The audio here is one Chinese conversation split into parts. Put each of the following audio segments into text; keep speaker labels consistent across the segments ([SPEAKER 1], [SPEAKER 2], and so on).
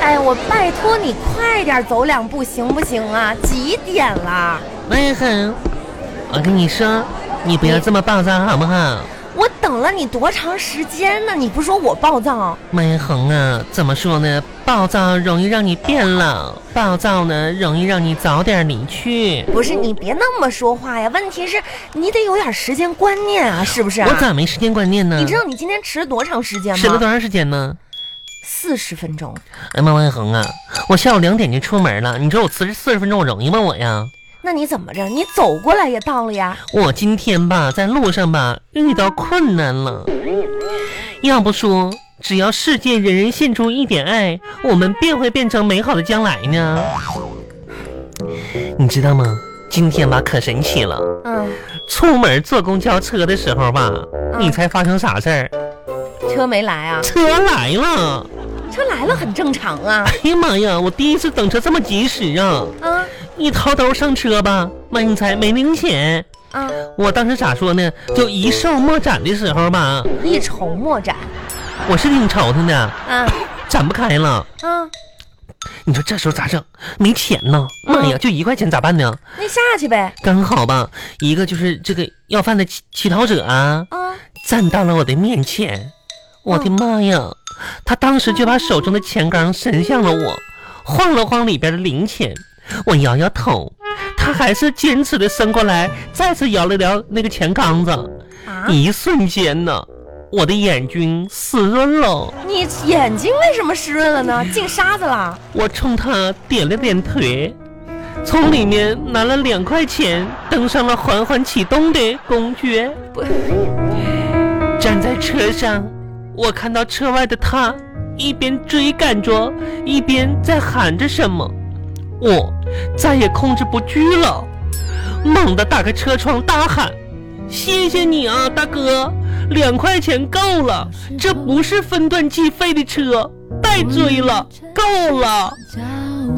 [SPEAKER 1] 哎，我拜托你快点走两步行不行啊？几点了？
[SPEAKER 2] 喂，很，我跟你说，你不要这么暴躁好不好？
[SPEAKER 1] 我等了你多长时间呢？你不说我暴躁？
[SPEAKER 2] 美红啊，怎么说呢？暴躁容易让你变老，暴躁呢容易让你早点离去。
[SPEAKER 1] 不是你别那么说话呀，问题是你得有点时间观念啊，是不是、啊？
[SPEAKER 2] 哎我咋没时间观念呢？
[SPEAKER 1] 你知道你今天迟了多长时间
[SPEAKER 2] 迟了
[SPEAKER 1] 吗？
[SPEAKER 2] 多长时间呢？
[SPEAKER 1] 四十分钟。
[SPEAKER 2] 哎妈，文恒啊，我下午两点就出门了，你说我辞职四十分钟，我容易吗我呀？
[SPEAKER 1] 那你怎么着？你走过来也到了呀？
[SPEAKER 2] 我今天吧，在路上吧遇到困难了，要不说只要世界人人献出一点爱，我们便会变成美好的将来呢。你知道吗？今天吧可神奇了，
[SPEAKER 1] 嗯，
[SPEAKER 2] 出门坐公交车的时候吧，你猜发生啥事儿？
[SPEAKER 1] 车没来啊？
[SPEAKER 2] 车来了！
[SPEAKER 1] 车来了很正常啊。
[SPEAKER 2] 哎呀妈呀，我第一次等车这么及时啊！
[SPEAKER 1] 啊
[SPEAKER 2] 一掏兜上车吧，妈你猜没零钱。
[SPEAKER 1] 啊！
[SPEAKER 2] 我当时咋说呢？就一售莫展的时候吧，
[SPEAKER 1] 一筹莫展
[SPEAKER 2] 我是挺愁他呢，
[SPEAKER 1] 啊
[SPEAKER 2] 展不开了。
[SPEAKER 1] 啊！
[SPEAKER 2] 你说这时候咋整？没钱呢，妈呀，就一块钱咋办呢？
[SPEAKER 1] 那下去呗
[SPEAKER 2] 刚好吧，一个就是这个要饭的乞乞讨者啊，
[SPEAKER 1] 啊！
[SPEAKER 2] 站到了我的面前，我的妈呀！他当时就把手中的钱缸伸向了我，晃了晃里边的零钱，我摇摇头，他还是坚持的伸过来，再次摇了摇那个钱缸子。
[SPEAKER 1] 啊！
[SPEAKER 2] 一瞬间呢，我的眼睛湿润了，
[SPEAKER 1] 你眼睛为什么湿润了呢？进沙子了？
[SPEAKER 2] 我冲他点了点头，从里面拿了两块钱，登上了缓缓启动的公爵。
[SPEAKER 1] 不，
[SPEAKER 2] 站在车上，我看到车外的他一边追赶着，一边在喊着什么。我再也控制不住了，猛地打开车窗大喊：“谢谢你啊，大哥！两块钱够了，这不是分段计费的车，别追了，够了。”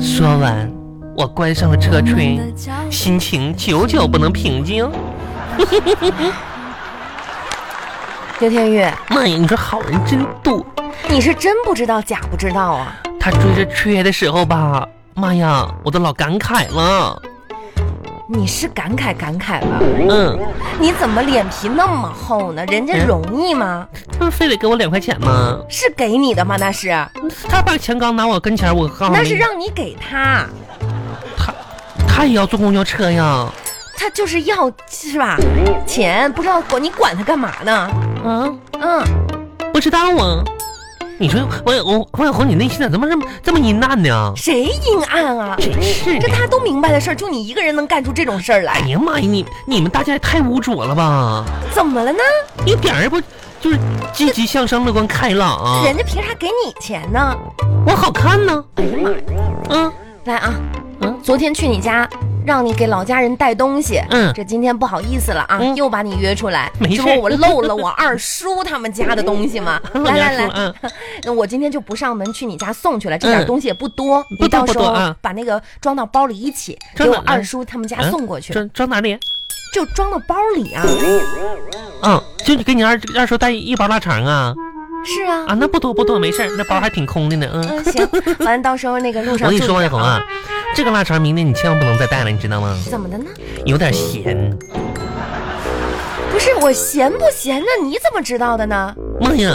[SPEAKER 2] 说完，我关上了车
[SPEAKER 3] 吹
[SPEAKER 2] 窗，，
[SPEAKER 1] 嗯
[SPEAKER 2] 心情久久不能平静。
[SPEAKER 1] 刘天宇，
[SPEAKER 2] 妈呀，你说好人真多。
[SPEAKER 1] 你是真不知道假不知道啊？
[SPEAKER 2] 他追着缺的时候吧，妈呀，我都老感慨了。
[SPEAKER 1] 你是感慨感慨吧？
[SPEAKER 2] 嗯，
[SPEAKER 1] 你怎么脸皮那么厚呢？人家容易吗？
[SPEAKER 2] 他不非得给我两块钱吗？
[SPEAKER 1] 是给你的吗？那是，
[SPEAKER 2] 他把钱刚拿我跟前，我告诉你，
[SPEAKER 1] 那是让你给他，
[SPEAKER 2] 他，他也要坐公交车呀。
[SPEAKER 1] 他就是要是吧？钱不知道管你管他干嘛呢？
[SPEAKER 2] 啊，
[SPEAKER 1] 嗯，
[SPEAKER 2] 不知道啊。你说王小红，王小红，你内心咋这么这么这么阴暗呢？
[SPEAKER 1] 谁阴暗啊？
[SPEAKER 2] 真是
[SPEAKER 1] 这
[SPEAKER 2] 的。
[SPEAKER 1] 他都明白的事儿，就你一个人能干出这种事儿来
[SPEAKER 2] 哎，呀妈呀，你你们大家也太污浊了吧！
[SPEAKER 1] 怎么了呢？
[SPEAKER 2] 一点儿也不就是积极向上、乐观开朗啊！
[SPEAKER 1] 人家凭啥给你钱呢？
[SPEAKER 2] 我好看呢。
[SPEAKER 1] 哎呀妈呀！
[SPEAKER 2] 嗯，
[SPEAKER 1] 来啊，
[SPEAKER 2] 嗯
[SPEAKER 1] 昨天去你家，让你给老家人带东西，
[SPEAKER 2] 嗯
[SPEAKER 1] 这今天不好意思了啊，
[SPEAKER 2] 嗯
[SPEAKER 1] 又把你约出来，
[SPEAKER 2] 没事
[SPEAKER 1] 这不我漏了我二叔他们家的东西 吗？来来
[SPEAKER 2] 我家说
[SPEAKER 1] 来
[SPEAKER 2] 嗯，
[SPEAKER 1] 那我今天就不上门去你家送去了，这点
[SPEAKER 2] 嗯
[SPEAKER 1] 东西也不多，
[SPEAKER 2] 不多
[SPEAKER 1] 你到
[SPEAKER 2] 不
[SPEAKER 1] 时
[SPEAKER 2] 多
[SPEAKER 1] 候
[SPEAKER 2] 啊
[SPEAKER 1] 把那个装到包里一起给
[SPEAKER 2] 装
[SPEAKER 1] 我
[SPEAKER 2] 哪儿呢
[SPEAKER 1] 二叔他们家
[SPEAKER 2] 嗯
[SPEAKER 1] 送过去，
[SPEAKER 2] 装装哪里？
[SPEAKER 1] 就装到包里 啊。
[SPEAKER 2] 嗯，就你给你二二叔带一包腊肠啊
[SPEAKER 1] 是啊，
[SPEAKER 2] 啊，那不多不多，没事儿，那包还挺空的呢。嗯，
[SPEAKER 1] 嗯行，完了到时候那个路
[SPEAKER 2] 我
[SPEAKER 1] 上
[SPEAKER 2] 跟你
[SPEAKER 1] 注意
[SPEAKER 2] 说，王小
[SPEAKER 1] 点
[SPEAKER 2] 红啊，这个腊肠明天你千万不能再带了，你知道吗？
[SPEAKER 1] 怎么的呢？
[SPEAKER 2] 有点咸。
[SPEAKER 1] 不是我闲不闲呢？你怎么知道的呢？
[SPEAKER 2] 妈呀，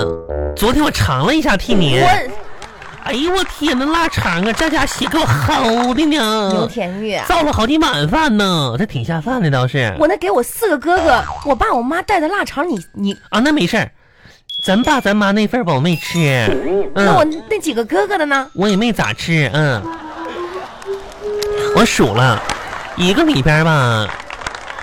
[SPEAKER 2] 昨天我尝了一下替你，
[SPEAKER 1] 我
[SPEAKER 2] 哎呦我天，那腊肠啊，这家血给我齁的
[SPEAKER 1] 牛
[SPEAKER 2] 呢，
[SPEAKER 1] 田玉啊。
[SPEAKER 2] 造了好几碗饭呢，这挺下饭的倒是。
[SPEAKER 1] 我那给我四个哥哥，我爸我妈带的腊肠，你你，
[SPEAKER 2] 啊，那没事儿，咱爸咱妈那份儿吧我没吃，
[SPEAKER 1] 那我
[SPEAKER 2] 嗯，
[SPEAKER 1] 那几个哥哥的呢？
[SPEAKER 2] 我也没咋吃，嗯，我数了一个里边儿吧，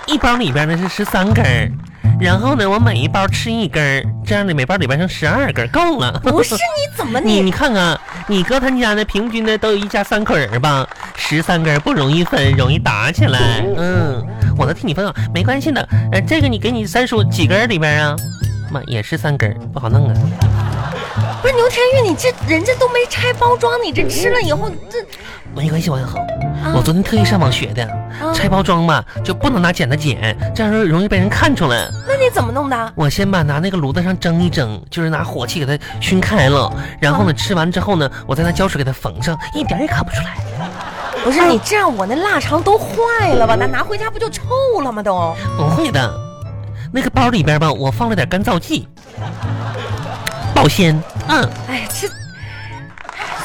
[SPEAKER 2] 一包里边儿呢是十三根儿，然后呢我每一包吃一根儿，这样的每包里边剩十二根儿，够了。
[SPEAKER 1] 不是你怎么
[SPEAKER 2] 你你
[SPEAKER 1] 你
[SPEAKER 2] 看看，你哥他们家呢，平均呢都有一家三口人吧，十三根不容易分，容易打起来。嗯，我能替你分啊，没关系的。呃，这个你给你三叔几根儿里边啊？妈，也是三根儿，不好弄啊。
[SPEAKER 1] 不是牛田玉，你这人家都没拆包装，你这吃了以后这
[SPEAKER 2] 没关系，王小红，
[SPEAKER 1] 啊
[SPEAKER 2] 我昨天特意上网学的，
[SPEAKER 1] 啊，
[SPEAKER 2] 拆包装嘛就不能拿剪子剪，这样容易被人看出来。
[SPEAKER 1] 那你怎么弄的？
[SPEAKER 2] 我先把拿那个炉子上蒸一蒸，就是拿火气给它熏开了，然
[SPEAKER 1] 啊
[SPEAKER 2] 后呢，吃完之后呢，我再拿胶水给它缝上，一点儿也看不出来。
[SPEAKER 1] 不是你哎这样，我那腊肠都坏了吧？那拿回家不就臭了吗？都
[SPEAKER 2] 不会的，那个包里边吧，我放了点干燥剂，保鲜。嗯，
[SPEAKER 1] 哎，这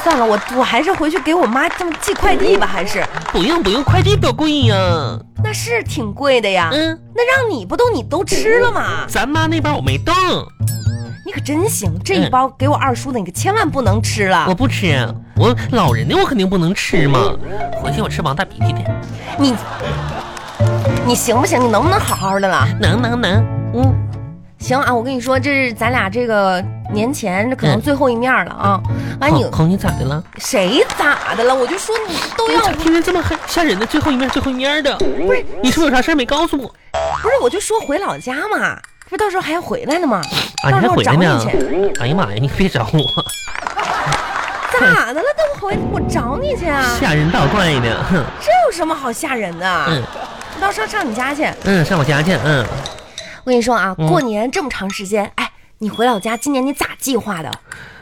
[SPEAKER 1] 算了，我我还是回去给我妈这么寄快递吧，还是
[SPEAKER 2] 不用不用，快递多贵呀、
[SPEAKER 1] 那是挺贵的呀。
[SPEAKER 2] 啊嗯，
[SPEAKER 1] 那让你不都你都吃了吗？
[SPEAKER 2] 咱妈那包我没动，
[SPEAKER 1] 你可真行，这一包给我二叔的，你可千万不能吃了
[SPEAKER 2] 嗯我。不吃，我老人的我肯定不能吃嘛。回去我吃王大鼻涕的，
[SPEAKER 1] 你你行不行？你能不能好好的了？
[SPEAKER 2] 能能能，嗯，
[SPEAKER 1] 行啊，我跟你说，这是咱俩这个年前这可能
[SPEAKER 2] 嗯
[SPEAKER 1] 最后一面了啊。完、你
[SPEAKER 2] 红红你咋的了？
[SPEAKER 1] 谁咋的了？我就说你都要
[SPEAKER 2] 你咋天天这么狠吓人的，最后一面最后一面的，
[SPEAKER 1] 不是
[SPEAKER 2] 你是不是有啥事儿没告诉我？
[SPEAKER 1] 不是，我就说回老家嘛，不是到时候还要回来呢吗？
[SPEAKER 2] 啊，你
[SPEAKER 1] 到时
[SPEAKER 2] 还
[SPEAKER 1] 候我
[SPEAKER 2] 回
[SPEAKER 1] 找
[SPEAKER 2] 来
[SPEAKER 1] 你
[SPEAKER 2] 呢
[SPEAKER 1] 去，？
[SPEAKER 2] 哎呀妈呀，你别找我，
[SPEAKER 1] 咋的了？等我回我找你去啊！
[SPEAKER 2] 吓人倒怪呢。哼，
[SPEAKER 1] 这有什么好吓人的？
[SPEAKER 2] 嗯
[SPEAKER 1] 你到时候上你家去。
[SPEAKER 2] 嗯，上我家去，嗯。
[SPEAKER 1] 我跟你说啊，
[SPEAKER 2] 嗯
[SPEAKER 1] 过年这么长时间，哎，你回老家今年你咋计划的？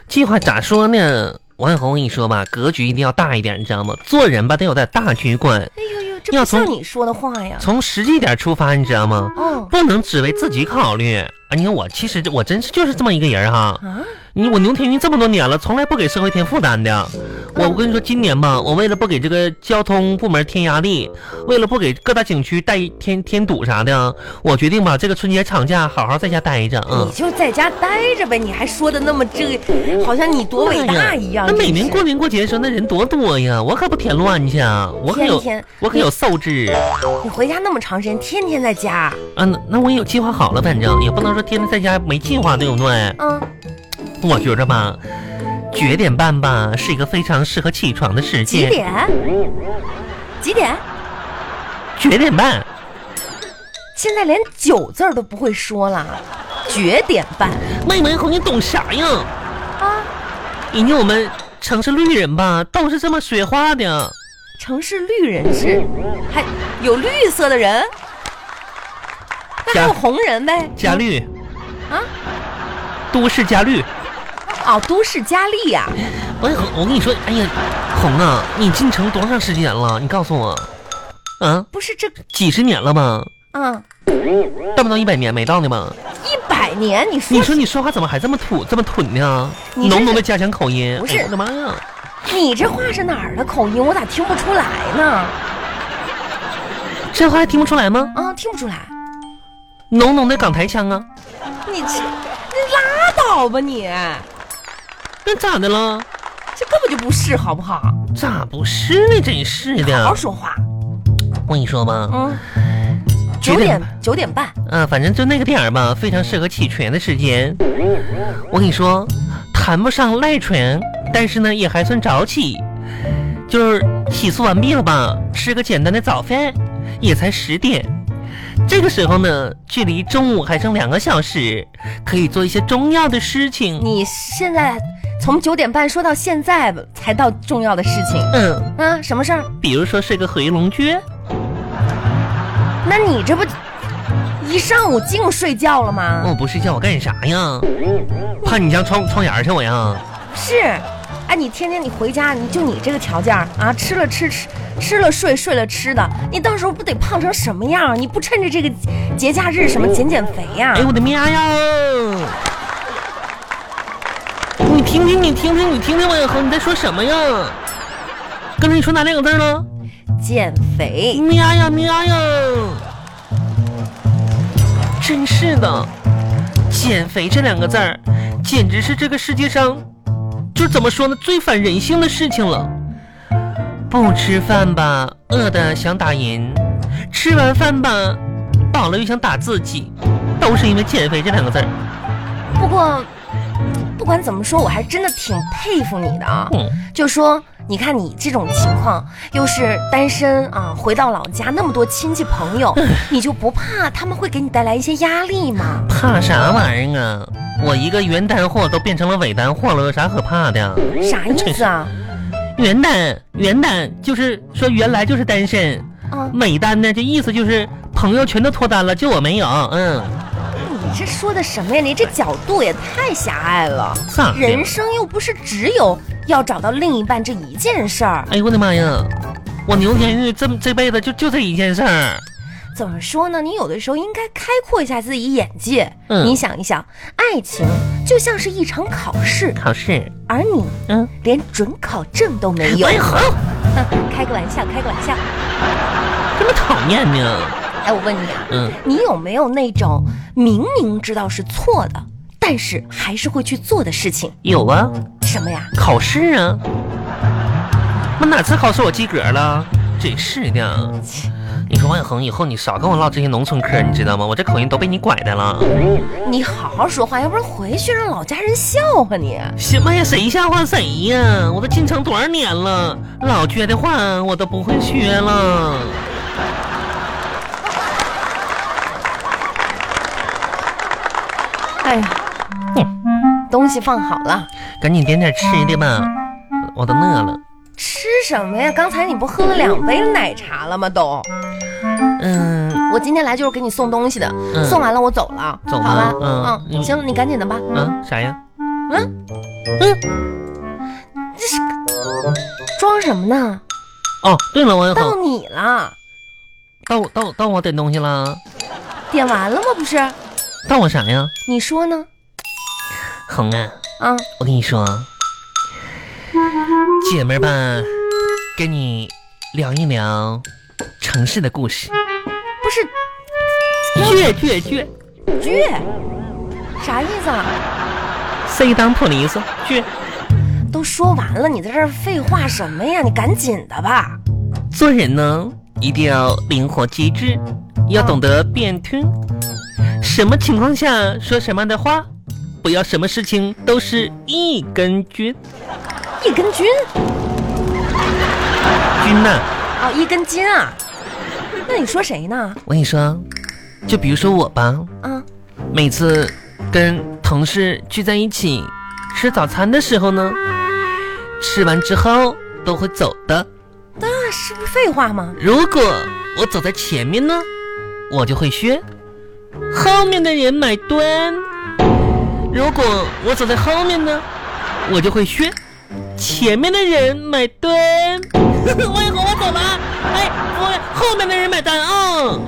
[SPEAKER 2] 计划咋说呢？王小红，我跟你说吧，格局一定要大一点，你知道吗？做人吧，得有点大局观，
[SPEAKER 1] 哎呦呦，这
[SPEAKER 2] 要
[SPEAKER 1] 不
[SPEAKER 2] 从
[SPEAKER 1] 像你说的话呀！
[SPEAKER 2] 从实际点出发，你知道吗？
[SPEAKER 1] 哦
[SPEAKER 2] 不能只为自己考虑啊！你看我，其实我真是就是这么一个人哈。
[SPEAKER 1] 啊，
[SPEAKER 2] 你我牛天云这么多年了，从来不给社会添负担的。我我跟你说，今年吧，我为了不给这个交通部门添压力，为了不给各大景区带添添堵啥的，我决定吧，这个春节长假好好在家待着。嗯哦
[SPEAKER 1] 你，就在家待着呗，你还说的那么这个，好像你多伟大一样。
[SPEAKER 2] 哎那每
[SPEAKER 1] 真
[SPEAKER 2] 年
[SPEAKER 1] 是
[SPEAKER 2] 过年过节的时候，那人多多呀，我可不添乱去啊，我可
[SPEAKER 1] 天
[SPEAKER 2] 有
[SPEAKER 1] 天
[SPEAKER 2] 我可有素质
[SPEAKER 1] 你回家那么长时间，天天在家，
[SPEAKER 2] 啊。那那我也有计划好了，反正也不能说天天在家没计划，对不对？
[SPEAKER 1] 嗯，
[SPEAKER 2] 我觉着吧，九点半吧是一个非常适合起床的时
[SPEAKER 1] 几
[SPEAKER 2] 间。？
[SPEAKER 1] 点？几点？
[SPEAKER 2] 九点半，
[SPEAKER 1] 现在连九字儿都不会说了，九点半
[SPEAKER 2] 妹妹红，你懂啥呀？
[SPEAKER 1] 啊！
[SPEAKER 2] 人家我们城市绿人吧，都是这么说话的。
[SPEAKER 1] 城市绿人是，还有绿色的人，那还
[SPEAKER 2] 加
[SPEAKER 1] 有红人呗？
[SPEAKER 2] 加绿
[SPEAKER 1] 嗯啊？
[SPEAKER 2] 都市加绿。
[SPEAKER 1] 哦，都市佳丽啊呀、
[SPEAKER 2] 我也我跟你说，哎呀，红啊，你进城多长时间了？你告诉我，啊，
[SPEAKER 1] 不是这，
[SPEAKER 2] 几十年了吧？
[SPEAKER 1] 嗯，
[SPEAKER 2] 到不到一百年没到呢吧？
[SPEAKER 1] 一百年，你说
[SPEAKER 2] 你说你说话怎么还这么土这么土呢？
[SPEAKER 1] 你这
[SPEAKER 2] 浓浓
[SPEAKER 1] 是
[SPEAKER 2] 的家乡口音。
[SPEAKER 1] 不是
[SPEAKER 2] 哎我的妈呀！
[SPEAKER 1] 你这话是哪儿的口音？我咋听不出来呢？
[SPEAKER 2] 这话还听不出来吗？
[SPEAKER 1] 啊，听不出来，
[SPEAKER 2] 浓浓的港台腔啊！
[SPEAKER 1] 你这，你拉倒吧你，
[SPEAKER 2] 那咋的了？
[SPEAKER 1] 这根本就不是，好不好？
[SPEAKER 2] 咋不是呢？真是
[SPEAKER 1] 好好
[SPEAKER 2] 的！
[SPEAKER 1] 说话，
[SPEAKER 2] 我跟你说吧，
[SPEAKER 1] 嗯，
[SPEAKER 2] 九
[SPEAKER 1] 九
[SPEAKER 2] 点
[SPEAKER 1] 点九点半，
[SPEAKER 2] 啊，反正就那个点儿吧，非常适合起床的时间。我跟你说，谈不上赖床，但是呢，也还算早起。就是洗漱完毕了吧，吃个简单的早饭，也才十点。这个时候呢，距离中午还剩两个小时，可以做一些重要的事情。
[SPEAKER 1] 你现在从九点半说到现在才到重要的事情
[SPEAKER 2] 嗯，
[SPEAKER 1] 啊，什么事儿？
[SPEAKER 2] 比如说睡个回笼觉。
[SPEAKER 1] 那你这不一上午净睡觉了吗？
[SPEAKER 2] 我哦不睡觉，我干啥呀？怕你家窗窗沿儿去我呀？
[SPEAKER 1] 是，哎，你天天你回家，你就你这个条件儿啊，吃了吃吃，吃了睡，睡了吃的，你到时候不得胖成什么样儿？你不趁着这个节假日什么减减肥呀、
[SPEAKER 2] 哎呦我的妈呀！你听听，你听听，你听听王小红，你在说什么呀？刚才你说哪两个字了？
[SPEAKER 1] 减肥，
[SPEAKER 2] 喵呀喵呀！真是的，减肥这两个字儿，简直是这个世界上，就怎么说呢，最反人性的事情了。不吃饭吧，饿的想打人；吃完饭吧，饱了又想打自己，都是因为减肥这两个字儿。
[SPEAKER 1] 不过。不管怎么说，我还真的挺佩服你的啊！
[SPEAKER 2] 嗯
[SPEAKER 1] 就说你看你这种情况，又是单身啊，回到老家那么多亲戚朋友，你就不怕他们会给你带来一些压力吗？
[SPEAKER 2] 怕啥玩意儿啊？我一个原单货都变成了伪单货了，有啥可怕的呀？
[SPEAKER 1] 啥意思啊？
[SPEAKER 2] 原单原单就是说原来就是单身，
[SPEAKER 1] 啊，
[SPEAKER 2] 伪单呢，这意思就是朋友全都脱单了，就我没有。嗯，
[SPEAKER 1] 你这说的什么呀？你这角度也太狭隘了。
[SPEAKER 2] 咋的？
[SPEAKER 1] 人生又不是只有要找到另一半这一件事儿。
[SPEAKER 2] 哎呦我的妈呀！我牛天玉这这辈子就就这一件事儿，
[SPEAKER 1] 怎么说呢？你有的时候应该开阔一下自己眼界。
[SPEAKER 2] 嗯
[SPEAKER 1] 你想一想，爱情就像是一场考试，
[SPEAKER 2] 考试。
[SPEAKER 1] 而你
[SPEAKER 2] 嗯，
[SPEAKER 1] 连准考证都没有
[SPEAKER 2] 哎。好，
[SPEAKER 1] 哼 开个玩笑，开个玩笑。
[SPEAKER 2] 这么讨厌呢？
[SPEAKER 1] 哎，我问你啊，
[SPEAKER 2] 嗯，
[SPEAKER 1] 你有没有那种明明知道是错的，但是还是会去做的事情？
[SPEAKER 2] 有啊，
[SPEAKER 1] 什么呀？
[SPEAKER 2] 考试啊。我哪次考试我及格了？真是的。你说万恒，以后你少跟我唠这些农村嗑，你知道吗？我这口音都被你拐的了。
[SPEAKER 1] 你好好说话，要不然回去让老家人笑话你。啊
[SPEAKER 2] 什么呀？谁吓唬谁呀？我都进城多少年了，老撅的话我都不会学了。
[SPEAKER 1] 哎呀，东西放好了，
[SPEAKER 2] 赶紧点点吃的吧，我都饿了。
[SPEAKER 1] 吃什么呀？刚才你不喝了两杯奶茶了吗？都。
[SPEAKER 2] 嗯，
[SPEAKER 1] 我今天来就是给你送东西的，
[SPEAKER 2] 嗯
[SPEAKER 1] 送完了我走了，
[SPEAKER 2] 走吧
[SPEAKER 1] 好吧？
[SPEAKER 2] 嗯嗯
[SPEAKER 1] 行，你赶紧的吧。
[SPEAKER 2] 啊，啥呀？
[SPEAKER 1] 装什么呢？
[SPEAKER 2] 哦，对了，王一
[SPEAKER 1] 到
[SPEAKER 2] 恒，
[SPEAKER 1] 你了，
[SPEAKER 2] 到我到我到我点东西了，
[SPEAKER 1] 点完了吗？不是，
[SPEAKER 2] 到我啥呀？
[SPEAKER 1] 你说呢？
[SPEAKER 2] 恒啊，
[SPEAKER 1] 啊，
[SPEAKER 2] 我跟你说，姐们儿吧，跟你聊一聊城市的故事。
[SPEAKER 1] 不是
[SPEAKER 2] 倔倔倔，
[SPEAKER 1] 倔，啥意思啊？
[SPEAKER 2] 谁当破驴子？倔，
[SPEAKER 1] 都说完了，你在这儿废话什么呀？你赶紧的吧。
[SPEAKER 2] 做人呢一定要灵活机智，要懂得变通。什么情况下说什么样的话，不要什么事情都是一根筋。
[SPEAKER 1] 一根筋
[SPEAKER 2] 筋呐、
[SPEAKER 1] 啊、一根筋啊。那你说谁呢？
[SPEAKER 2] 我跟你说，就比如说我吧，
[SPEAKER 1] 啊，
[SPEAKER 2] 每次跟同事聚在一起吃早餐的时候呢，吃完之后都会走的。
[SPEAKER 1] 那是不是废话吗？
[SPEAKER 2] 如果我走在前面呢，我就会削；后面的人买单。如果我走在后面呢，我就会削；前面的人买单。 魏红，我走了啊，哎，我后面的人买单啊、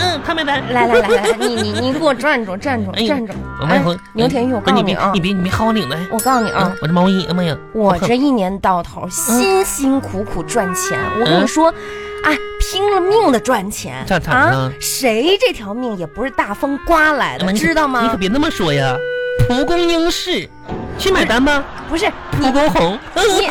[SPEAKER 2] 嗯，他买单。
[SPEAKER 1] 来来来来，你你你给我站住站住
[SPEAKER 2] 哎呦
[SPEAKER 1] 站住！
[SPEAKER 2] 我外
[SPEAKER 1] 哎
[SPEAKER 2] 回
[SPEAKER 1] 牛田玉，我告诉你啊
[SPEAKER 2] 你，别你别薅我领子。哎
[SPEAKER 1] 我告诉你啊
[SPEAKER 2] 嗯，我这毛衣，哎妈呀，
[SPEAKER 1] 我
[SPEAKER 2] 好看
[SPEAKER 1] 这一年到头
[SPEAKER 2] 嗯
[SPEAKER 1] 辛辛苦苦赚钱，我跟你说，哎，拼了命的赚钱
[SPEAKER 2] 咋咋
[SPEAKER 1] 啊
[SPEAKER 2] 了！
[SPEAKER 1] 谁这条命也不是大风刮来
[SPEAKER 2] 哎妈
[SPEAKER 1] 的，
[SPEAKER 2] 你可
[SPEAKER 1] 知道
[SPEAKER 2] 你可
[SPEAKER 1] 吗？
[SPEAKER 2] 别那么说呀，蒲公英式，去买单吧，
[SPEAKER 1] 不是
[SPEAKER 2] 蒲公红。
[SPEAKER 1] 你，